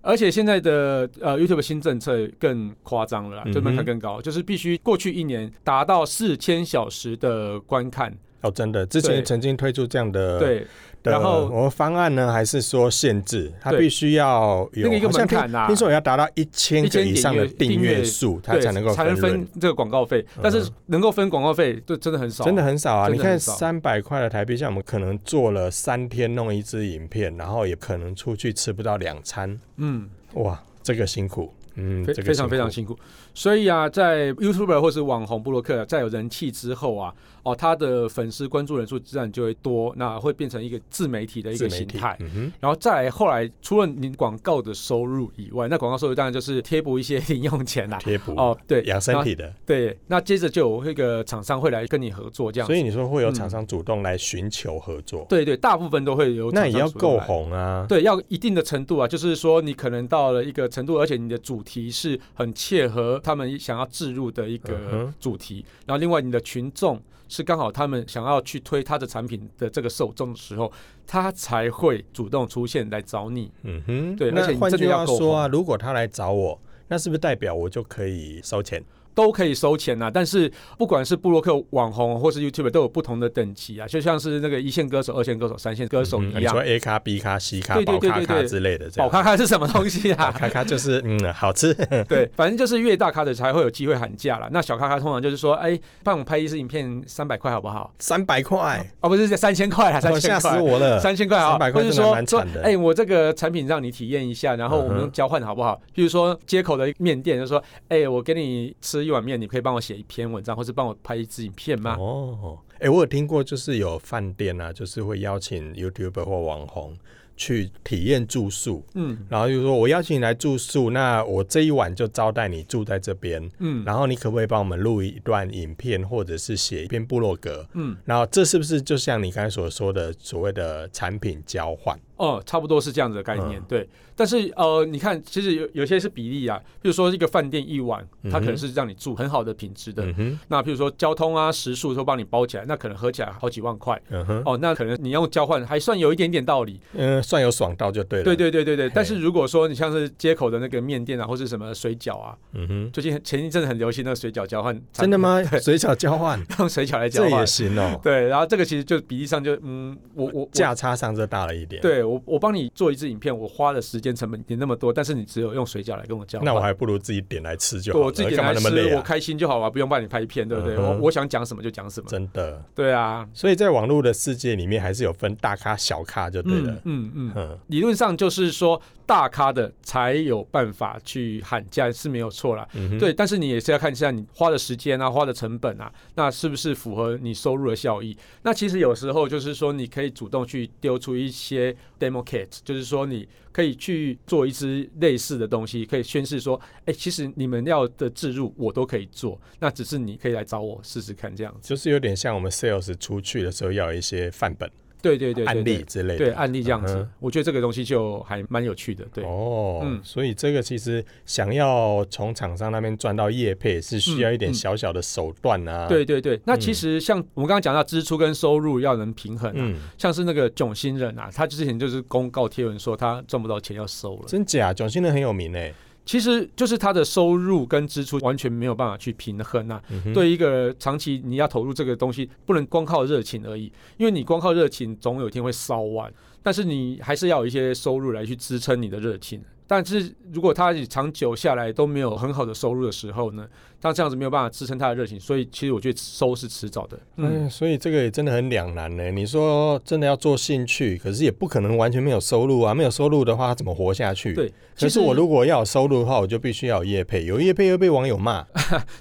S1: 而且现在的呃 YouTube 新政策更夸张了啦，
S2: 嗯哼
S1: 就门槛更高，就是必须过去一年达到四千小时的观看，
S2: 哦，真的，之前
S1: 对
S2: 曾经推出这样的
S1: 对，
S2: 的
S1: 然后
S2: 我们方案呢，还是说限制，它
S1: 对
S2: 必须要有
S1: 那个一个
S2: 好像
S1: 门
S2: 听
S1: 槛啊啦
S2: 听说也要达到一千个
S1: 1000
S2: 以上的
S1: 订阅
S2: 订阅数，它
S1: 对
S2: 才能够
S1: 才能
S2: 分嗯
S1: 分这个广告费，但是能够分广告费，这真的很少，
S2: 真的很少啊！
S1: 真
S2: 你
S1: 的
S2: 看
S1: 很少
S2: 三百块的台币，像我们可能做了三天弄一支影片，然后也可能出去吃不到两餐，
S1: 嗯，
S2: 哇，这个辛苦，嗯，
S1: 非
S2: 这个
S1: 非常非常辛
S2: 辛
S1: 苦。所以啊，在 YouTuber 或是网红布洛克啊在有人气之后啊，哦，他的粉丝关注人数自然就会多，那会变成一个自媒体的
S2: 苦
S1: 一
S2: 自
S1: 个
S2: 媒
S1: 形
S2: 体
S1: 态，。
S2: 嗯哼，
S1: 然后再来，后来除了您广告的收入以外，那广告收入当然就是贴补一些 (laughs) 零用钱啦、
S2: 贴补
S1: 哦，对，
S2: 养生体的，
S1: 那。对，那接着就有那个厂商会来跟你合作这样子。
S2: 所以你说会有厂
S1: 嗯
S2: 商主动来寻求合作，
S1: 对对，大部分都会有厂商
S2: 那也要
S1: 主动
S2: 够
S1: 来。
S2: 红啊，
S1: 对，要一定的程度啊，就是说你可能到了一个程度，而且你的主题是很切合他们想要置入的一
S2: 嗯
S1: 个
S2: 哼
S1: 主题，然后另外你的群众是刚好他们想要去推他的产品的这个受众的时候，他才会主动出现来找你。
S2: 嗯哼，
S1: 对而
S2: 那
S1: 且你
S2: 换
S1: 真的
S2: 句
S1: 要
S2: 话
S1: 够
S2: 说啊，如果他来找我，那是不是代表我就可以收钱？
S1: 都可以收钱呐、啊但是不管是布洛克网红或是 YouTube 都有不同的等级啊，就像是那个一线歌手、二线歌手、三线歌手
S2: 嗯
S1: 一
S2: 你
S1: 样
S2: 说。A 咖、B 咖、C 咖、
S1: 对
S2: 宝
S1: 对对
S2: 咖
S1: 对
S2: 咖
S1: 对
S2: 之类的，这
S1: 宝
S2: 样。
S1: 咖咖是什么东西
S2: 宝 (laughs)
S1: 啊？
S2: 咖咖就是嗯，好吃，
S1: 对，反正就是越大咖的才会有机会喊价啦。那小咖咖通常就是说，哎，帮我拍一支影片三百块好不好？
S2: 三百块，
S1: 哦，不是三千块啦，三
S2: 哦吓
S1: 千
S2: 死
S1: 块。
S2: 我了。
S1: 三千块啊，
S2: 300块
S1: 或是
S2: 真的
S1: 说
S2: 蛮
S1: 说
S2: 惨的，
S1: 哎，我这个产品让你体验一下，然后我
S2: 嗯
S1: 们
S2: 哼
S1: 交换好不好？比如说街口的面店就说，哎，我给你吃一碗面，你可以帮我写一篇文章，或是帮我拍一支影片吗？
S2: 哦，哎、我有听过，就是有饭店啊，就是会邀请 YouTuber 或网红去体验住宿，
S1: 嗯
S2: 然后就说我邀请你来住宿，那我这一晚就招待你住在这边，
S1: 嗯
S2: 然后你可不可以帮我们录一段影片，或者是写一篇部落格？
S1: 嗯，
S2: 然后这是不是就像你刚才所说的所谓的产品交换？
S1: 哦、差不多是这样子的概念，
S2: 嗯
S1: 对。但是呃，你看，其实有有些是比例啊，比如说一个饭店一晚，它可
S2: 嗯哼
S1: 能是让你住很好的品质的，
S2: 嗯哼，
S1: 那譬如说交通啊、食宿都帮你包起来，那可能合起来好几万块。
S2: 嗯哼，
S1: 哦，那可能你用交换还算有一点点道理，
S2: 嗯、算有爽到就对了。
S1: 对，对对对对。但是如果说你像是街口的那个面店啊，或是什么水饺啊，
S2: 嗯哼，
S1: 最近前一阵子很流行那个水饺交换，
S2: 真的？吗？水饺交换，
S1: (laughs) 用水饺来交
S2: 这也
S1: 换，
S2: 行哦、
S1: 对。然后这个其实就比例上就嗯，我我我
S2: 价差上这大了一点。，
S1: 对我我帮你做一支影片，我花的时间成本也那么多，但是你只有用水饺来跟我交换，
S2: 那我还不如自己点来吃就
S1: 对
S2: 好了，
S1: 我自己点
S2: 干嘛
S1: 来
S2: 那么累
S1: 吃，我
S2: 啊？
S1: 开心就好了，不用帮你拍片，对不对？
S2: 嗯哼
S1: 我我想讲什么就讲什么，
S2: 真的，
S1: 对啊，
S2: 所以在网络的世界里面，还是有分大咖、小咖就对了。
S1: 嗯嗯。嗯
S2: 嗯
S1: 理论上就是说，大咖的才有办法去喊价是没有错啦。
S2: 嗯哼，
S1: 对，但是你也是要看一下你花的时间啊，花的成本啊，那是不是符合你收入的效益？那其实有时候就是说，你可以主动去丢出一些 demo kit，就是说你可以去做一支类似的东西，可以宣示说，哎，其实你们要的置入我都可以做，那只是你可以来找我试试看这样子。
S2: 就是有点像我们 sales 出去的时候要有一些范本、
S1: 对对对对
S2: 案
S1: 对
S2: 例之类
S1: 对
S2: 的。
S1: 案例这样子，
S2: 嗯哼
S1: 我觉得这个东西就还蛮有趣的。对，
S2: 哦，
S1: 嗯
S2: 所以这个其实想要从厂商那边赚到业配，是需要一点小小的手段啊。，
S1: 嗯对对对，那
S2: 嗯
S1: 其实像我们刚刚讲到，支出跟收入要能平衡啊。
S2: 嗯，
S1: 像是那个囧星人啊，他之前就是公告贴文说他赚不到钱要收了，
S2: 真假？囧星人很有名诶、
S1: 其实就是他的收入跟支出完全没有办法去平衡啊。
S2: 嗯哼，
S1: 对一个长期你要投入这个东西，不能光靠热情而已，因为你光靠热情总有一天会烧完，但是你还是要有一些收入来去支撑你的热情。但是如果他长久下来都没有很好的收入的时候呢，他这样子没有办法支撑他的热情，所以其实我觉得收是迟早的。嗯，
S2: 嗯，所以这个也真的很两难呢、你说真的要做兴趣，可是也不可能完全没有收入啊。没有收入的话，他怎么活下去？。
S1: 对。其
S2: 可是
S1: 实
S2: 我如果要有收入的话，我就必须要有业配，有业配又被网友骂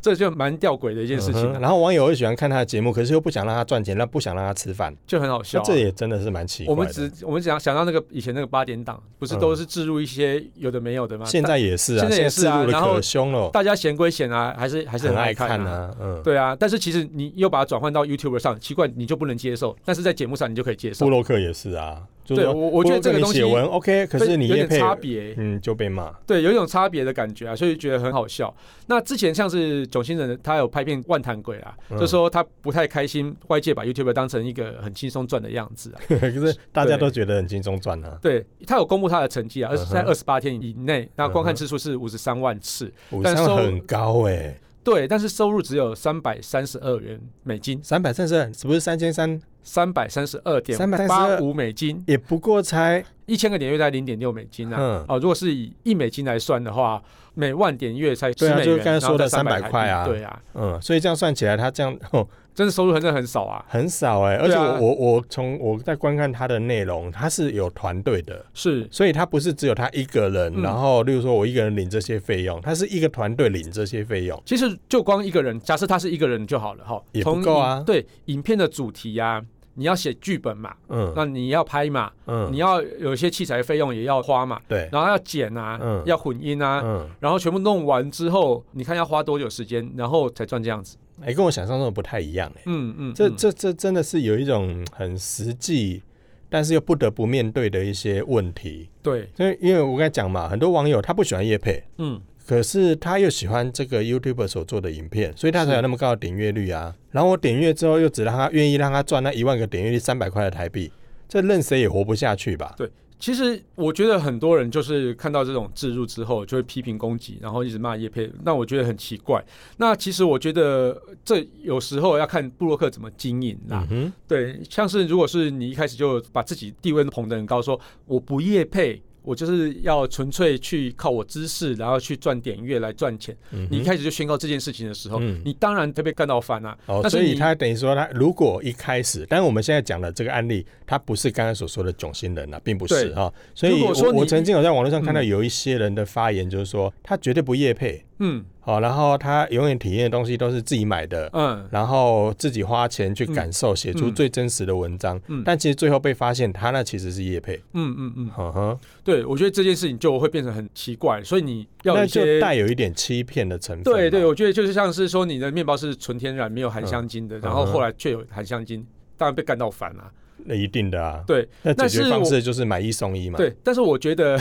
S1: 这就蛮吊诡的一
S2: 这
S1: 件事情、啊
S2: 然后网友又喜欢看他的节目，可是又不想让他赚钱，那不想让他吃饭，
S1: 就很好笑
S2: 那
S1: 啊、
S2: 这也真的是蛮奇
S1: 我
S2: 怪
S1: 们
S2: 的。嗯
S1: 只我们想想到那个以前那个八点档，不是都是置入一些有的没有的吗？
S2: 现在也是啊，
S1: 现在也
S2: 置
S1: 是啊
S2: 入的
S1: 然后
S2: 可凶了
S1: 大，大家嫌归嫌啊，还是还是
S2: 很
S1: 爱
S2: 爱看
S1: 啊。
S2: 啊，嗯，
S1: 对啊，但是其实你又把它转换到 YouTube 上，奇怪你就不能接受，但是在节目上你就可以接
S2: 布
S1: 受。
S2: 洛克也是啊，就是
S1: 对
S2: 说
S1: 我，我觉得这
S2: 布
S1: 个
S2: 洛
S1: 东
S2: 克你
S1: 西
S2: 写文 OK，可是你
S1: 有
S2: 业
S1: 点
S2: 配，
S1: 差别，
S2: 嗯，就被骂。 (laughs)
S1: 对，有一种差别的感觉啊，所以觉得很好笑。那之前像是囧星人，他有拍片《万谈鬼》啊，
S2: 嗯
S1: 就说他不太开心，外界把 YouTube 当成一个很轻松赚的样子啊。
S2: 可是大
S1: 对
S2: 家都觉得很轻松赚啊，
S1: 对他有公布他的成绩啊，而是在
S2: 嗯哼
S1: 二十八天以内，那观
S2: 嗯
S1: 看
S2: 哼
S1: 次数是五十三万次。
S2: 五
S1: 但
S2: 三
S1: 收
S2: 很高哎、
S1: 对，但是收入只有三百三十二元美金，
S2: 三百三十二，是不是三千三？
S1: 三百三十二点八
S2: 332
S1: 五美金，
S2: 也不过才
S1: 一千个点阅在零点六美金啊。
S2: 嗯，
S1: 哦，如果是以一美金来算的话，每万点阅才
S2: 对
S1: 十
S2: 啊
S1: 美元，
S2: 就是刚才说的
S1: 然后再
S2: 300块啊
S1: 台币对啊，
S2: 嗯，所以这样算起来，他这样哦
S1: 真的收入真的很少啊。
S2: 很少哎、而且
S1: 对
S2: 我、
S1: 啊
S2: 我我从我在观看他的内容，他是有团队的，
S1: 是，
S2: 所以他不是只有他一个人，
S1: 嗯
S2: 然后例如说我一个人领这些费用，他是一个团队领这些费用，
S1: 其实就光一个人，假设他是一个人就好了哈，
S2: 也不
S1: 从
S2: 够
S1: 影
S2: 啊
S1: 对，影片的主题啊，你要写剧本嘛，
S2: 嗯
S1: 那你要拍嘛，
S2: 嗯
S1: 你要有一些器材费用也要花嘛，
S2: 对，
S1: 然后要剪啊，
S2: 嗯
S1: 要混音啊，
S2: 嗯，
S1: 然后全部弄完之后，你看要花多久时间，然后才赚这样子。
S2: 哎、跟我想象中的不太一样哎、
S1: 嗯嗯，
S2: 这
S1: 嗯
S2: 这这真的是有一种很实际，但是又不得不面对的一些问题。
S1: 对，
S2: 所以，因为我刚才讲嘛，很多网友他不喜欢叶配，
S1: 嗯，
S2: 可是他又喜欢这个 YouTuber 所做的影片，所以他才
S1: 是
S2: 有那么高的点阅率啊。然后我点阅之后，又只让他愿意让他赚那一万个点阅率三百块的台币，这任谁也活不下去吧？
S1: 其实我觉得很多人就是看到这种置入之后，就会批评攻击，然后一直骂叶佩，那我觉得很奇怪。那其实我觉得呃这有时候要看布洛克怎么经营啦、
S2: 嗯哼，
S1: 对，像是如果是你一开始就把自己地位捧得很高，说我不叶配。我就是要纯粹去靠我知识，然后去赚点阅来赚钱。
S2: 嗯哼
S1: 你一开始就宣告这件事情的时候，
S2: 嗯
S1: 你当然会被干到翻啊。
S2: 哦，
S1: 但是
S2: 所以
S1: 你
S2: 他等于说他如果一开始，但我们现在讲的这个案例，他不是刚才所说的囧星人啊，并不是
S1: 对
S2: 哈、所以
S1: 如
S2: 我
S1: 果说你
S2: 我曾经有在网络上看到
S1: 嗯
S2: 有一些人的发言，就是说、他绝对不叶配，
S1: 嗯
S2: 好、然后他永远体验的东西都是自己买的，
S1: 嗯，
S2: 然后自己花钱去感受，写出最真实的文章。
S1: 嗯
S2: 但其实最后被发现，他那其实是叶配。
S1: 嗯嗯嗯，
S2: 呵呵，
S1: 对，我觉得这件事情就会变成很奇怪，所以你要有
S2: 那
S1: 一
S2: 就
S1: 些
S2: 带有一点欺骗的成分。
S1: 对对，，我觉得就是像是说你的面包是纯天然没有含香精的，然后
S2: 嗯哼
S1: 后来却有含香精，当然被干到烦啊。
S2: 那一定的啊。
S1: 对，
S2: 那
S1: 那
S2: 解决
S1: 是
S2: 方
S1: 我
S2: 式就是买一送一嘛。， (laughs)
S1: 对，但是我觉得，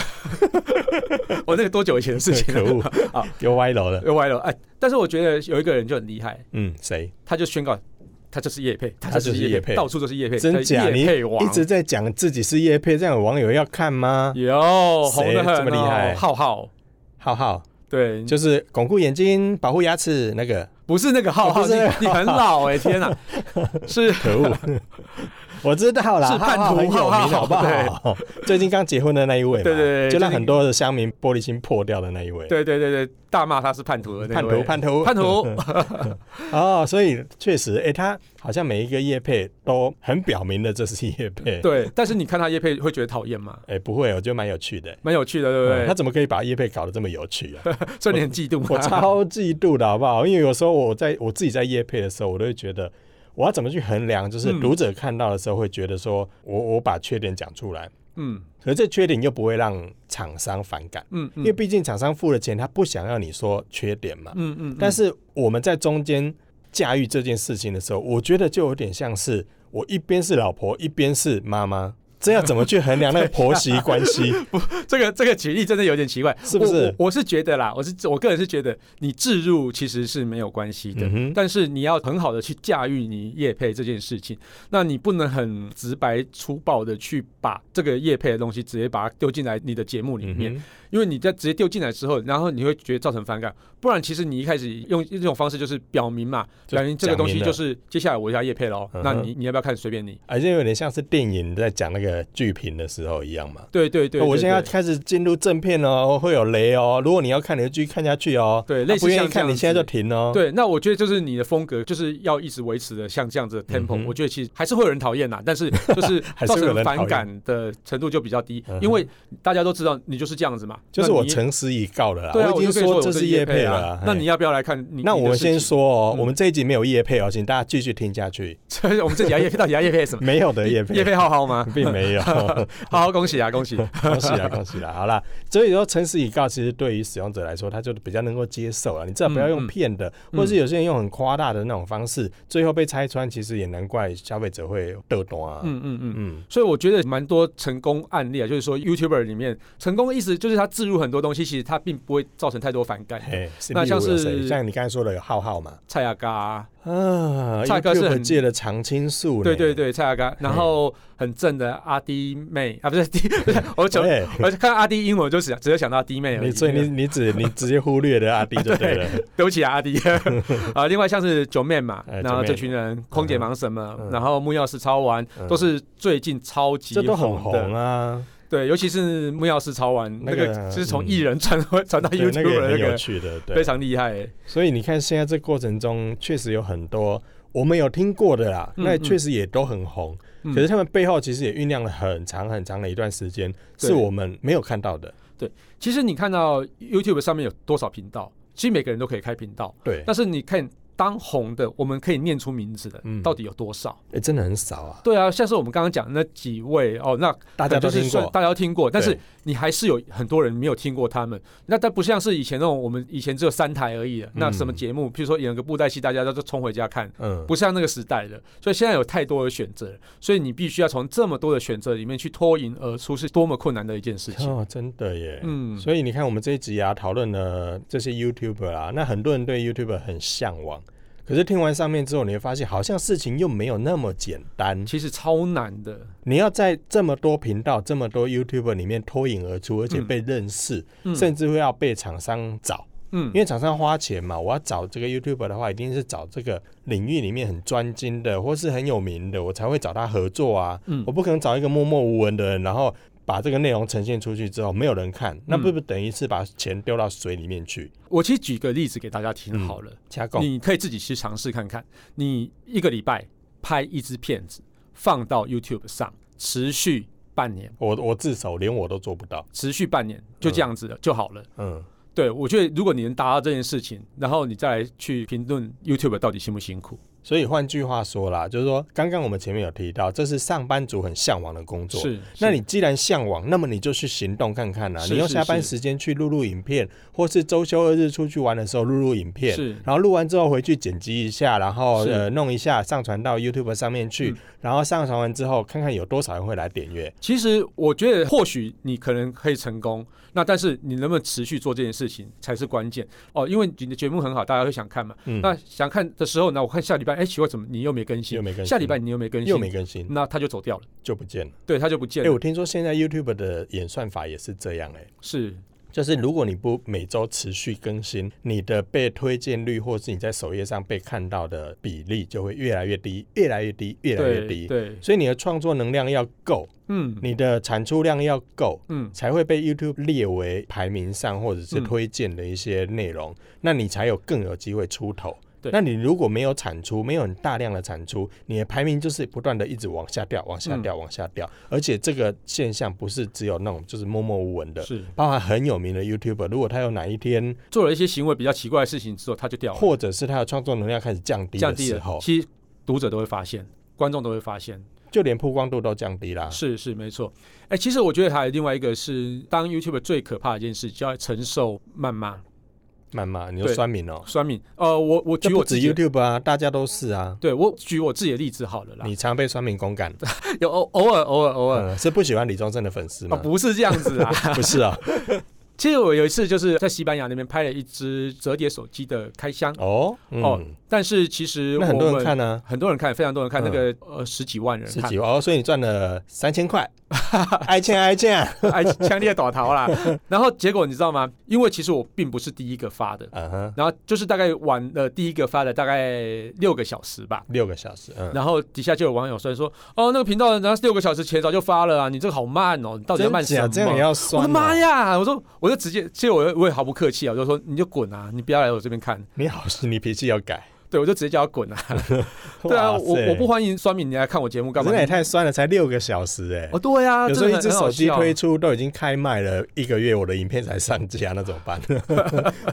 S1: 我那个多久以前的事情
S2: 可
S1: 了，
S2: 恶
S1: 好，
S2: 又歪楼
S1: (laughs)
S2: 了。
S1: 又歪了。哎，但是我觉得有一个人就很厉害，
S2: 嗯，谁？
S1: 他就宣告他就是叶配，他
S2: 他
S1: 就
S2: 就是
S1: 是叶
S2: 业
S1: 配，
S2: 配
S1: 到处都是叶配，呃
S2: 真假？
S1: 叶
S2: 你
S1: 配王
S2: 一直在讲自己是叶配，这样有网友要看吗？
S1: 有红的
S2: 谁
S1: 很、哦，
S2: 这么厉害
S1: 浩浩。
S2: 浩浩
S1: 对，就
S2: 就是巩固眼睛、保护牙齿那个。
S1: 不是那个浩浩，
S2: 哦不是
S1: 你
S2: 那个
S1: 你很老哎、天
S2: (laughs)
S1: 哪，是
S2: 可恶！ (laughs) 我知道啦，
S1: 是叛徒
S2: 浩浩很有
S1: 浩浩
S2: 名，啊好不好？ (laughs) 最近刚结婚的那一位嘛，
S1: 对对对
S2: 就
S1: 最
S2: 让
S1: 近
S2: 很多的乡民玻璃心破掉的那一位，
S1: 对对对对，大骂他是叛徒的那
S2: 叛
S1: 位
S2: 徒，叛徒，
S1: 叛徒，
S2: (laughs) 哦，所以确实，哎、他好像每一个叶配都很表明的，这是叶配。，
S1: 对。但是你看他叶配会觉得讨厌吗？
S2: 哎、不会，我觉得蛮有趣的。
S1: 蛮有趣的，对不
S2: (laughs) 嗯他
S1: 对？
S2: 怎么可以把叶配搞得这么有趣
S1: (laughs)
S2: 啊？
S1: 所以你很嫉妒吗
S2: 我超嫉妒的好不好？因为有时候我在我自己在叶配的时候，我都会觉得我要怎么去衡量，就是
S1: 嗯
S2: 读者看到的时候会觉得说，我我把缺点讲出来，
S1: 嗯
S2: 可是这缺点又不会让厂商反感，
S1: 嗯
S2: 因
S1: 嗯
S2: 为毕竟厂商付了钱，他不想要你说缺点嘛。
S1: 嗯嗯，
S2: 但是我们在中间驾驭这件事情的时候，我觉得就有点像是我一边是老婆，一边是妈妈，这要怎么去衡量那个婆媳关
S1: (laughs)
S2: 系？
S1: 这个这个举例真的有点奇怪，
S2: 是不是
S1: 我我？我是觉得啦，我是我个人是觉得，你置入其实是没有关系的，
S2: 嗯哼
S1: 但是你要很好的去驾驭你业配这件事情，那你不能很直白粗暴的去把这个业配的东西直接把它丢进来你的节目里
S2: 嗯
S1: 面，
S2: 哼，
S1: 因为你在直接丢进来之后，然后你会觉得造成反感，不然其实你一开始用这种方式就是表明嘛，
S2: 就
S1: 表明这个东西
S2: 讲明了
S1: 就是接下来我要业配喽，
S2: 嗯哼
S1: 那你你要不要看随便你，
S2: 而且啊有点像是电影在讲那个剧评的时候一样嘛。
S1: 对对对
S2: 哦我
S1: 对
S2: 现在要
S1: 对
S2: 开始进入正片哦，会有雷哦。如果你要看，你就继续看下去哦。
S1: 对
S2: 啊
S1: 类似
S2: 不愿意
S1: 像这
S2: 看，
S1: 样
S2: 你现在
S1: 子
S2: 就停哦。
S1: 对，那我觉得就是你的风格就是要一直维持的像这样子的 tempo，、
S2: 嗯哼
S1: 我觉得其实还是会有人讨厌呐，但
S2: (laughs)
S1: 是就是
S2: 还是
S1: 造
S2: 会有
S1: 成
S2: 人讨
S1: 反
S2: 厌
S1: 感的程度就比较低
S2: 嗯，哼
S1: 因为大家都知道你就是这样子嘛，
S2: 就是
S1: 那
S2: 我
S1: 你
S2: 诚实以告了啦。
S1: 对啊，
S2: 已经
S1: 就可以说
S2: 这
S1: 我
S2: 是
S1: 业
S2: 叶
S1: 配
S2: 配
S1: 啊
S2: 了啦。
S1: 那
S2: 嘿
S1: 你要不要来看你？
S2: 那我们先，说哦，
S1: 嗯
S2: 我们这一集没有叶配哦，请大家继续听下
S1: (laughs)
S2: 去。
S1: 我们这几家叶配到底要叶配什么？
S2: 没有的 (laughs) 叶配，
S1: 叶配浩浩吗？
S2: 并没
S1: (laughs)
S2: 有。
S1: 浩浩恭喜啊，恭
S2: (laughs)
S1: 喜！
S2: 恭喜啦，恭喜啦！好啦，所以说诚实以告，其实对于使用者来说，他就比较能够接受了。你至少不要
S1: 嗯嗯
S2: 用骗的，
S1: 嗯
S2: 或是有些人用很夸大的那种方式，最后被拆穿，其实也难怪消费者会得懂啊。
S1: 嗯嗯嗯。
S2: 嗯
S1: 所以我觉得蛮多成功案例啊，就是说 YouTuber 里面成功的意思就是他置入很多东西，其实他并不会造成太多反感。
S2: 嘿，
S1: 那
S2: 例
S1: 像
S2: 如有
S1: 是
S2: 谁像你刚才说的有浩浩嘛，
S1: 蔡雅嘎啊、
S2: 啊，
S1: 蔡哥是
S2: YouTube
S1: 很
S2: 界的常青树呢，
S1: 对对对，蔡阿刚，然后很正的阿弟妹啊，不是弟，不
S2: (laughs)
S1: 是我就
S2: 对。
S1: 我看阿弟英文，我就只只有想到弟妹而已。
S2: 你所以哎你你只你直接忽略了阿弟就对了，
S1: 对不起啊，阿弟啊。另外像是九妹嘛，
S2: 哎
S1: 然后
S2: 九妹
S1: 这群人空姐忙什么
S2: 嗯，
S1: 然后木曜是超玩，
S2: 嗯
S1: 都是最近超级
S2: (laughs) 这都很
S1: 的
S2: 红。啊，
S1: 对，尤其是木曜是超玩，那
S2: 那个嗯
S1: 个就是从艺人传传到
S2: 对
S1: 哎 YouTube
S2: 那个也
S1: 的那
S2: 很有
S1: 个，
S2: 趣的，对
S1: 非。常厉害欸。
S2: 所以你看，现在这过程中确实有很多我们有听过的啦，
S1: 嗯
S2: 那确实也都很红。
S1: 嗯
S2: 可是他们背后其实也酝酿了很长很长的一段时间，
S1: 对
S2: 是我们没有看到的。
S1: 其实你看到 YouTube 上面有多少频道，其实每个人都可以开频道，
S2: 对，
S1: 但是你看当红的，我们可以念出名字的
S2: 嗯，
S1: 到底有多少？
S2: 哎、真的很少啊，
S1: 对啊，像是我们刚刚讲的那几位哦，那
S2: 大家都
S1: 就是
S2: 听
S1: 算
S2: 过。
S1: 大家都听过，但是
S2: 对
S1: 你还是有很多人没有听过他们。那但不像是以前那种，我们以前只有三台而已的。那什么节目，譬如说演个布袋戏，大家都都冲回家看，
S2: 嗯，
S1: 不像那个时代的。所以现在有太多的选择，所以你必须要从这么多的选择里面去脱颖而出，是多么困难的一件事情。
S2: 哦，真的耶。
S1: 嗯，
S2: 所以你看，我们这一集啊，讨论了这些 YouTuber 啊，那很多人对 YouTuber 很向往，可是听完上面之后，你会发现好像事情又没有那么简单。
S1: 其实超难的。
S2: 你要在这么多频道、这么多 YouTuber 里面脱颖而出，而且被认识，
S1: 嗯
S2: 甚至会要被厂商找，
S1: 嗯
S2: 因，为厂商花钱嘛。我要找这个 YouTuber 的话，一定是找这个领域里面很专精的，或是很有名的，我才会找他合作啊。
S1: 嗯
S2: 我不可能找一个默默无闻的人，然后把这个内容呈现出去之后没有人看，那不不等于是把钱丢到水里面去？
S1: 我其实举个例子给大家
S2: 嗯
S1: 听好了。
S2: 加工
S1: 你可以自己去尝试看看。你一个礼拜拍一支片子，放到 YouTube 上，持续半年，
S2: 我我自首，连我都做不到。
S1: 持续半年，就这样子的、就好了。
S2: 嗯，
S1: 对，我觉得如果你能达到这件事情，然后你再来去评论 YouTube 到底辛不辛苦，
S2: 所以换句话说啦，就是说，刚刚我们前面有提到，这是上班族很向往的工作。
S1: 是，
S2: 那
S1: 是
S2: 你既然向往，那么你就去行动看看啦、
S1: 是
S2: 你用
S1: 是
S2: 下班
S1: 是
S2: 时间去录录影片，或是周休二日出去玩的时候录录影片，
S1: 是
S2: 然后录完之后回去剪辑一下，然后
S1: 是
S2: 呃弄一下，上传到 YouTube 上面去，
S1: 嗯
S2: 然后上传完之后看看有多少人会来点阅。
S1: 其实我觉得，或许你可能可以成功，那但是你能不能持续做这件事情才是关键哦。因为你的节目很好，大家会想看嘛。
S2: 嗯，
S1: 那想看的时候呢，我看下礼拜，哎，奇怪，怎么你又没更
S2: 又
S1: 新？
S2: 没更新，
S1: 下礼拜你又没更新，
S2: 又没更新，
S1: 那他就走掉了，
S2: 就不见了。
S1: 对他就不见
S2: 哎、
S1: 了。
S2: 我听说现在 YouTube 的演算法也是这样哎、
S1: 是
S2: 就是如果你不每周持续更新，你的被推荐率或是你在首页上被看到的比例就会越来越低，越来越低，越来越
S1: 对
S2: 低。
S1: 对，
S2: 所以你的创作能量要够，
S1: 嗯
S2: 你的产出量要够，
S1: 嗯，
S2: 才会被 YouTube 列为排名上或者是
S1: 嗯
S2: 推荐的一些内容，那你才有更有机会出头。
S1: 对
S2: 那你如果没有产出，没有很大量的产出，你的排名就是不断的一直往下掉，往下掉，
S1: 嗯
S2: 往下掉。而且这个现象不是只有那种就是默默无闻的，
S1: 是
S2: 包含很有名的 YouTuber，如果他有哪一天，
S1: 做了一些行为比较奇怪的事情之后，他就掉了，
S2: 或者是他的创作能量开始降低
S1: 降
S2: 的
S1: 低
S2: 时
S1: 了
S2: 候，，
S1: 其实读者都会发现，观众都会发现。
S2: 就连曝光度都降低啦。
S1: 是是没错，哎、其实我觉得还有另外一个是，当 YouTube 最可怕的一件事，就要承受谩骂、
S2: 慢慢，你就
S1: 对
S2: 酸民哦、
S1: 酸民。呃，我我
S2: 这
S1: 举
S2: 不
S1: 我
S2: 止
S1: 自己的，
S2: YouTube 啊，大家都是啊。
S1: 对我举我自己的例子好了啦。
S2: 你常被酸民公
S1: (laughs)
S2: 干，
S1: 有偶偶尔偶尔偶尔、
S2: 嗯，是不喜欢李宗盛的粉丝
S1: 啊， (laughs)
S2: 吗？
S1: 不是这样子
S2: (laughs)
S1: 啊。
S2: 不是啊，
S1: 其实我有一次就是在西班牙那边拍了一只折叠手机的开箱，
S2: 哦，
S1: 哦
S2: 嗯，
S1: 但是其实我
S2: 那
S1: 们
S2: 很多人看呢，
S1: 很多人看，非常多人看，
S2: 嗯
S1: 那个呃十几万人
S2: 十
S1: 看，
S2: 几万哦，所以你赚了三
S1: (laughs)
S2: 千块，挨欠挨欠，
S1: 哎，强烈倒逃
S2: (laughs)
S1: 啦。然后结果你知道吗？因为其实我并不是第一个发的，
S2: 嗯哼，
S1: 然后就是大概晚了第一个发了大概六个小时吧。
S2: 六个小时，嗯，
S1: 然后底下就有网友说说，哦，那个频道然后六个小时前早就发了啊，你这个好慢哦，你到底要慢什
S2: 真假
S1: 么？
S2: 这样也要
S1: 我
S2: 酸
S1: 的妈
S2: 哦？
S1: 呀！我说，我就直接，其实我我也毫不客气啊，我就说你就滚啊，你不要来我这边看。
S2: 你好，你脾气要改。
S1: 对，我就直接叫他滚啊。对啊，
S2: 哇
S1: 我
S2: 塞
S1: 我不欢迎酸民你来看我节目干嘛
S2: 真的？也太酸了，才六个小时哎、
S1: 哦，对啊，
S2: 有时候
S1: 真的
S2: 一只
S1: 很好
S2: 手机
S1: 笑
S2: 推出都已经开卖了一个月，我的影片才上架，那怎么
S1: (laughs)
S2: 办？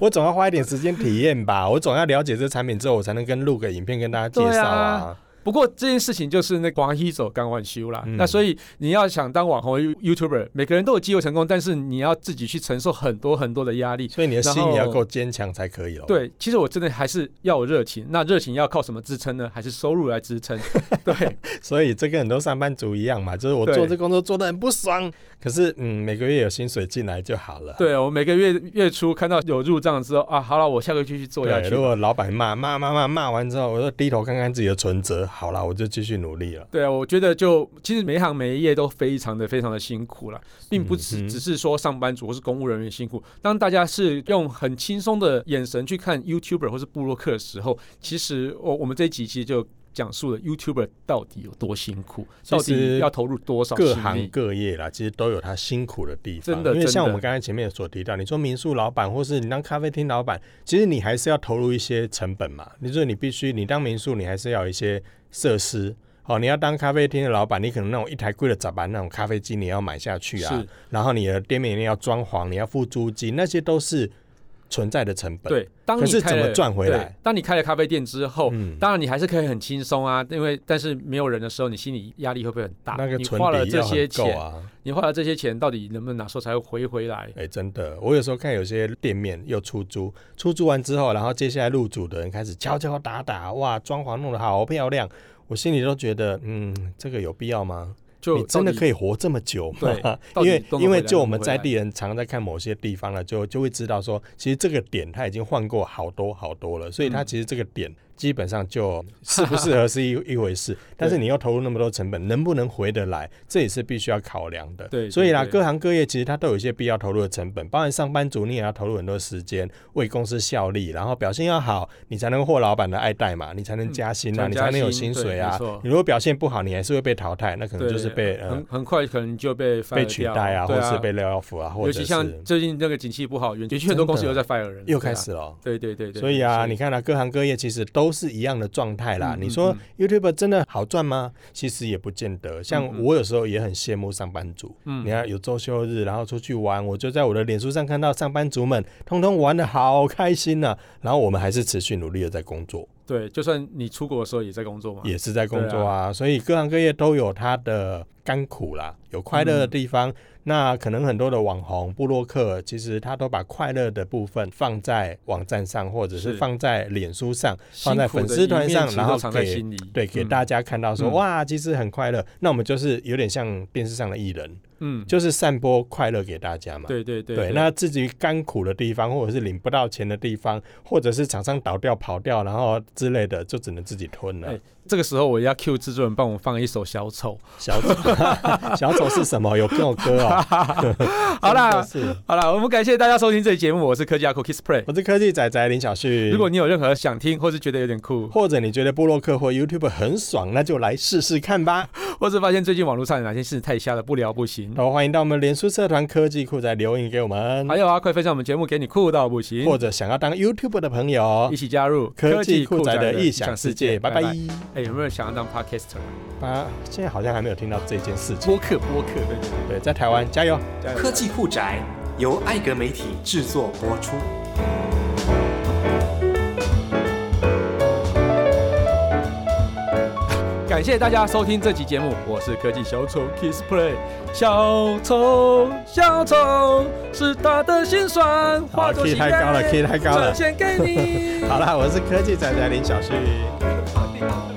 S2: 我总要花一点时间体验吧，我总要了解这产品之后，我才能跟录个影片跟大家介绍啊。
S1: 不过这件事情就是那广一走刚完修啦，
S2: 嗯
S1: 那所以你要想当网红 You- YouTuber，每个人都有机会成功，但是你要自己去承受很多很多的压力。
S2: 所以你的心
S1: 然后
S2: 也要够坚强才可以哦。，
S1: 对，其实我真的还是要有热情。那热情要靠什么支撑呢？还是收入来支撑？ (laughs) 对，
S2: 所以这跟很多上班族一样嘛，就是我
S1: 对
S2: 做这工作做的很不爽，可是嗯，每个月有薪水进来就好了。
S1: 对我每个月月初看到有入账之后啊，好了，我下个月继续做下
S2: 对，
S1: 去
S2: 如。果老板骂骂骂骂骂完之后，我就低头看看自己的存折，好啦，我就继续努力了。
S1: 对啊，我觉得就其实每一行每一业都非常的非常的辛苦了，并不
S2: 嗯
S1: 只
S2: 哼
S1: 只是说上班族或是公务人员辛苦。当大家是用很轻松的眼神去看 YouTuber 或是部落客的时候，其实我我们这一集其实就讲述了 YouTuber 到底有多辛苦，
S2: 其
S1: 到
S2: 实
S1: 底要投入多少
S2: 各
S1: 心
S2: 行
S1: 力
S2: 各业啦，其实都有他辛苦的地方。
S1: 真的
S2: 因为
S1: 真
S2: 像
S1: 的
S2: 我们刚才前面所提到，你说民宿老板或是你当咖啡厅老板，其实你还是要投入一些成本嘛。你说你必须，你当民宿，你还是要有一些设施。哦，你要当咖啡厅的老板，你可能那种一台贵的杂板那种咖啡机，你要买下去啊
S1: 是。
S2: 然后你的店面一定要装潢，你要付租金，那些都是存在的成本。，
S1: 对。哦当
S2: 可
S1: 你
S2: 是
S1: 开
S2: 怎么
S1: 了
S2: 赚回
S1: 对
S2: 来
S1: 当你开了咖啡店之后。
S2: 嗯，
S1: 当然，你还是可以很轻松啊，因为但是没有人的时候，你心理压力会不会很大？
S2: 那个
S1: 你
S2: 存
S1: 花了
S2: 底
S1: 这
S2: 要
S1: 些
S2: 很够
S1: 钱，
S2: 啊。
S1: 你花了这些钱，到底能不能哪时候才会回回来？
S2: 哎、真的，我有时候看有些店面又出租，出租完之后，然后接下来入主的人开始敲敲打打，哇，装潢弄得好漂亮，我心里都觉得，嗯，这个有必要吗？
S1: 就
S2: 你真的
S1: 到底
S2: 可以活这么久吗？
S1: 对到
S2: 因
S1: 底
S2: 为
S1: 都能
S2: 因为
S1: 回来
S2: 就
S1: 能
S2: 我们
S1: 回
S2: 在
S1: 来
S2: 地人常在看某些地方了，就就会知道说，其实这个点他已经换过好多好多了，所以他
S1: 嗯
S2: 其实这个点基本上就适不适合是一 (laughs) 一回事，但是你要投入那么多成本，能不能回得来，这也是必须要考量的。
S1: 对
S2: 所以啦，
S1: 对对
S2: 各行各业其实它都有一些必要投入的成本，包含上班族你也要投入很多时间为公司效力，然后表现要好，你才能获老板的爱戴嘛，你才能
S1: 嗯
S2: 加薪啊，
S1: 才能
S2: 你
S1: 加
S2: 才能有
S1: 薪
S2: 薪
S1: 对
S2: 水
S1: 没
S2: 啊
S1: 错。
S2: 你如果表现不好，你还是会被淘汰，那可能
S1: 对，
S2: 就是被呃
S1: 很很快可能就被 fire
S2: 被取
S1: 掉
S2: 代啊，
S1: 对
S2: 或是被 lay off 啊，或
S1: 尤
S2: 者
S1: 其
S2: 是
S1: 像最近那个景气不好，原也许很多公司
S2: 真
S1: 又
S2: 的
S1: 在 fire 人了，对
S2: 又
S1: 啊
S2: 开，始了哦。
S1: 对对对对，
S2: 所以啊，
S1: 是
S2: 你看啊，各行各业其实都是一样的状态啦。
S1: 嗯
S2: 你
S1: 嗯
S2: 说
S1: 嗯
S2: YouTube 真的好赚吗？其实也不见得。像
S1: 嗯嗯
S2: 我有时候也很羡慕上班族，
S1: 嗯
S2: 你看有周休日，然后出去玩，我就在我的脸书上啊看到上班族们通通玩的好开心呐、然后我们还是持续努力的在工作。
S1: 对，就算你出国的时候也在工作嘛。
S2: 也是在工作啊，所以各行各业都有它的甘苦啦，有快乐
S1: 嗯
S2: 的地方。那可能很多的网红、布洛克，其实他都把快乐的部分放在网站上，或者
S1: 是
S2: 是放在脸书上，
S1: 辛
S2: 放
S1: 苦
S2: 在
S1: 的
S2: 粉丝团上
S1: 一面其，实
S2: 然后
S1: 都藏在
S2: 给
S1: 心里，
S2: 对给
S1: 嗯
S2: 大家看到说、
S1: 嗯
S2: 哇，其实很快乐。那我们就是有点像电视上的艺人，
S1: 嗯，
S2: 就是散播快乐给大家嘛。
S1: 对对对
S2: 对，那至于甘苦的地方，或者是领不到钱的地方，或者是厂商倒掉、跑掉，然后之类的，就只能自己吞了。
S1: 哎这个时候我要 Q 制作人帮我放一首小
S2: (laughs)
S1: 丑。
S2: 小丑，小丑是什么？有这首歌哦。
S1: (laughs) 好啦
S2: 真的是
S1: 好了，我们感谢大家收听这期节目，我是科技阿酷 Kiss Play。
S2: 我是科技仔仔林小旭。
S1: 如果你有任何想听或是觉得有点酷，
S2: 或者你觉得布洛克或 YouTube 很爽，那就来试试看吧。
S1: 或是发现最近网络上有哪些事太瞎了不聊不行，
S2: 然后欢迎到我们脸书社团科技酷仔留言给我们，
S1: 还有啊，快分享我们节目给你酷到不行，
S2: 或者想要当 YouTube 的朋友
S1: 一，起加入
S2: 科技酷仔的异
S1: 异
S2: 想世界。拜拜。
S1: 哎，有没有人想要当 Podcaster？
S2: 啊，现在好像还没有听到这件事情。
S1: 播客，播客，对对
S2: 对，在台湾加油。
S1: 对，加油
S3: 科技酷宅由艾格媒体制作播出。
S1: 感谢大家收听这期节目，我是科技小丑 Kiss Play。小丑，小丑是他的心酸，化作
S2: key
S1: 心
S2: 太高了
S1: 愿
S2: ，key 太高了
S1: 呈现给你。
S2: 好啦，我是科技仔仔林小旭。
S1: 好地方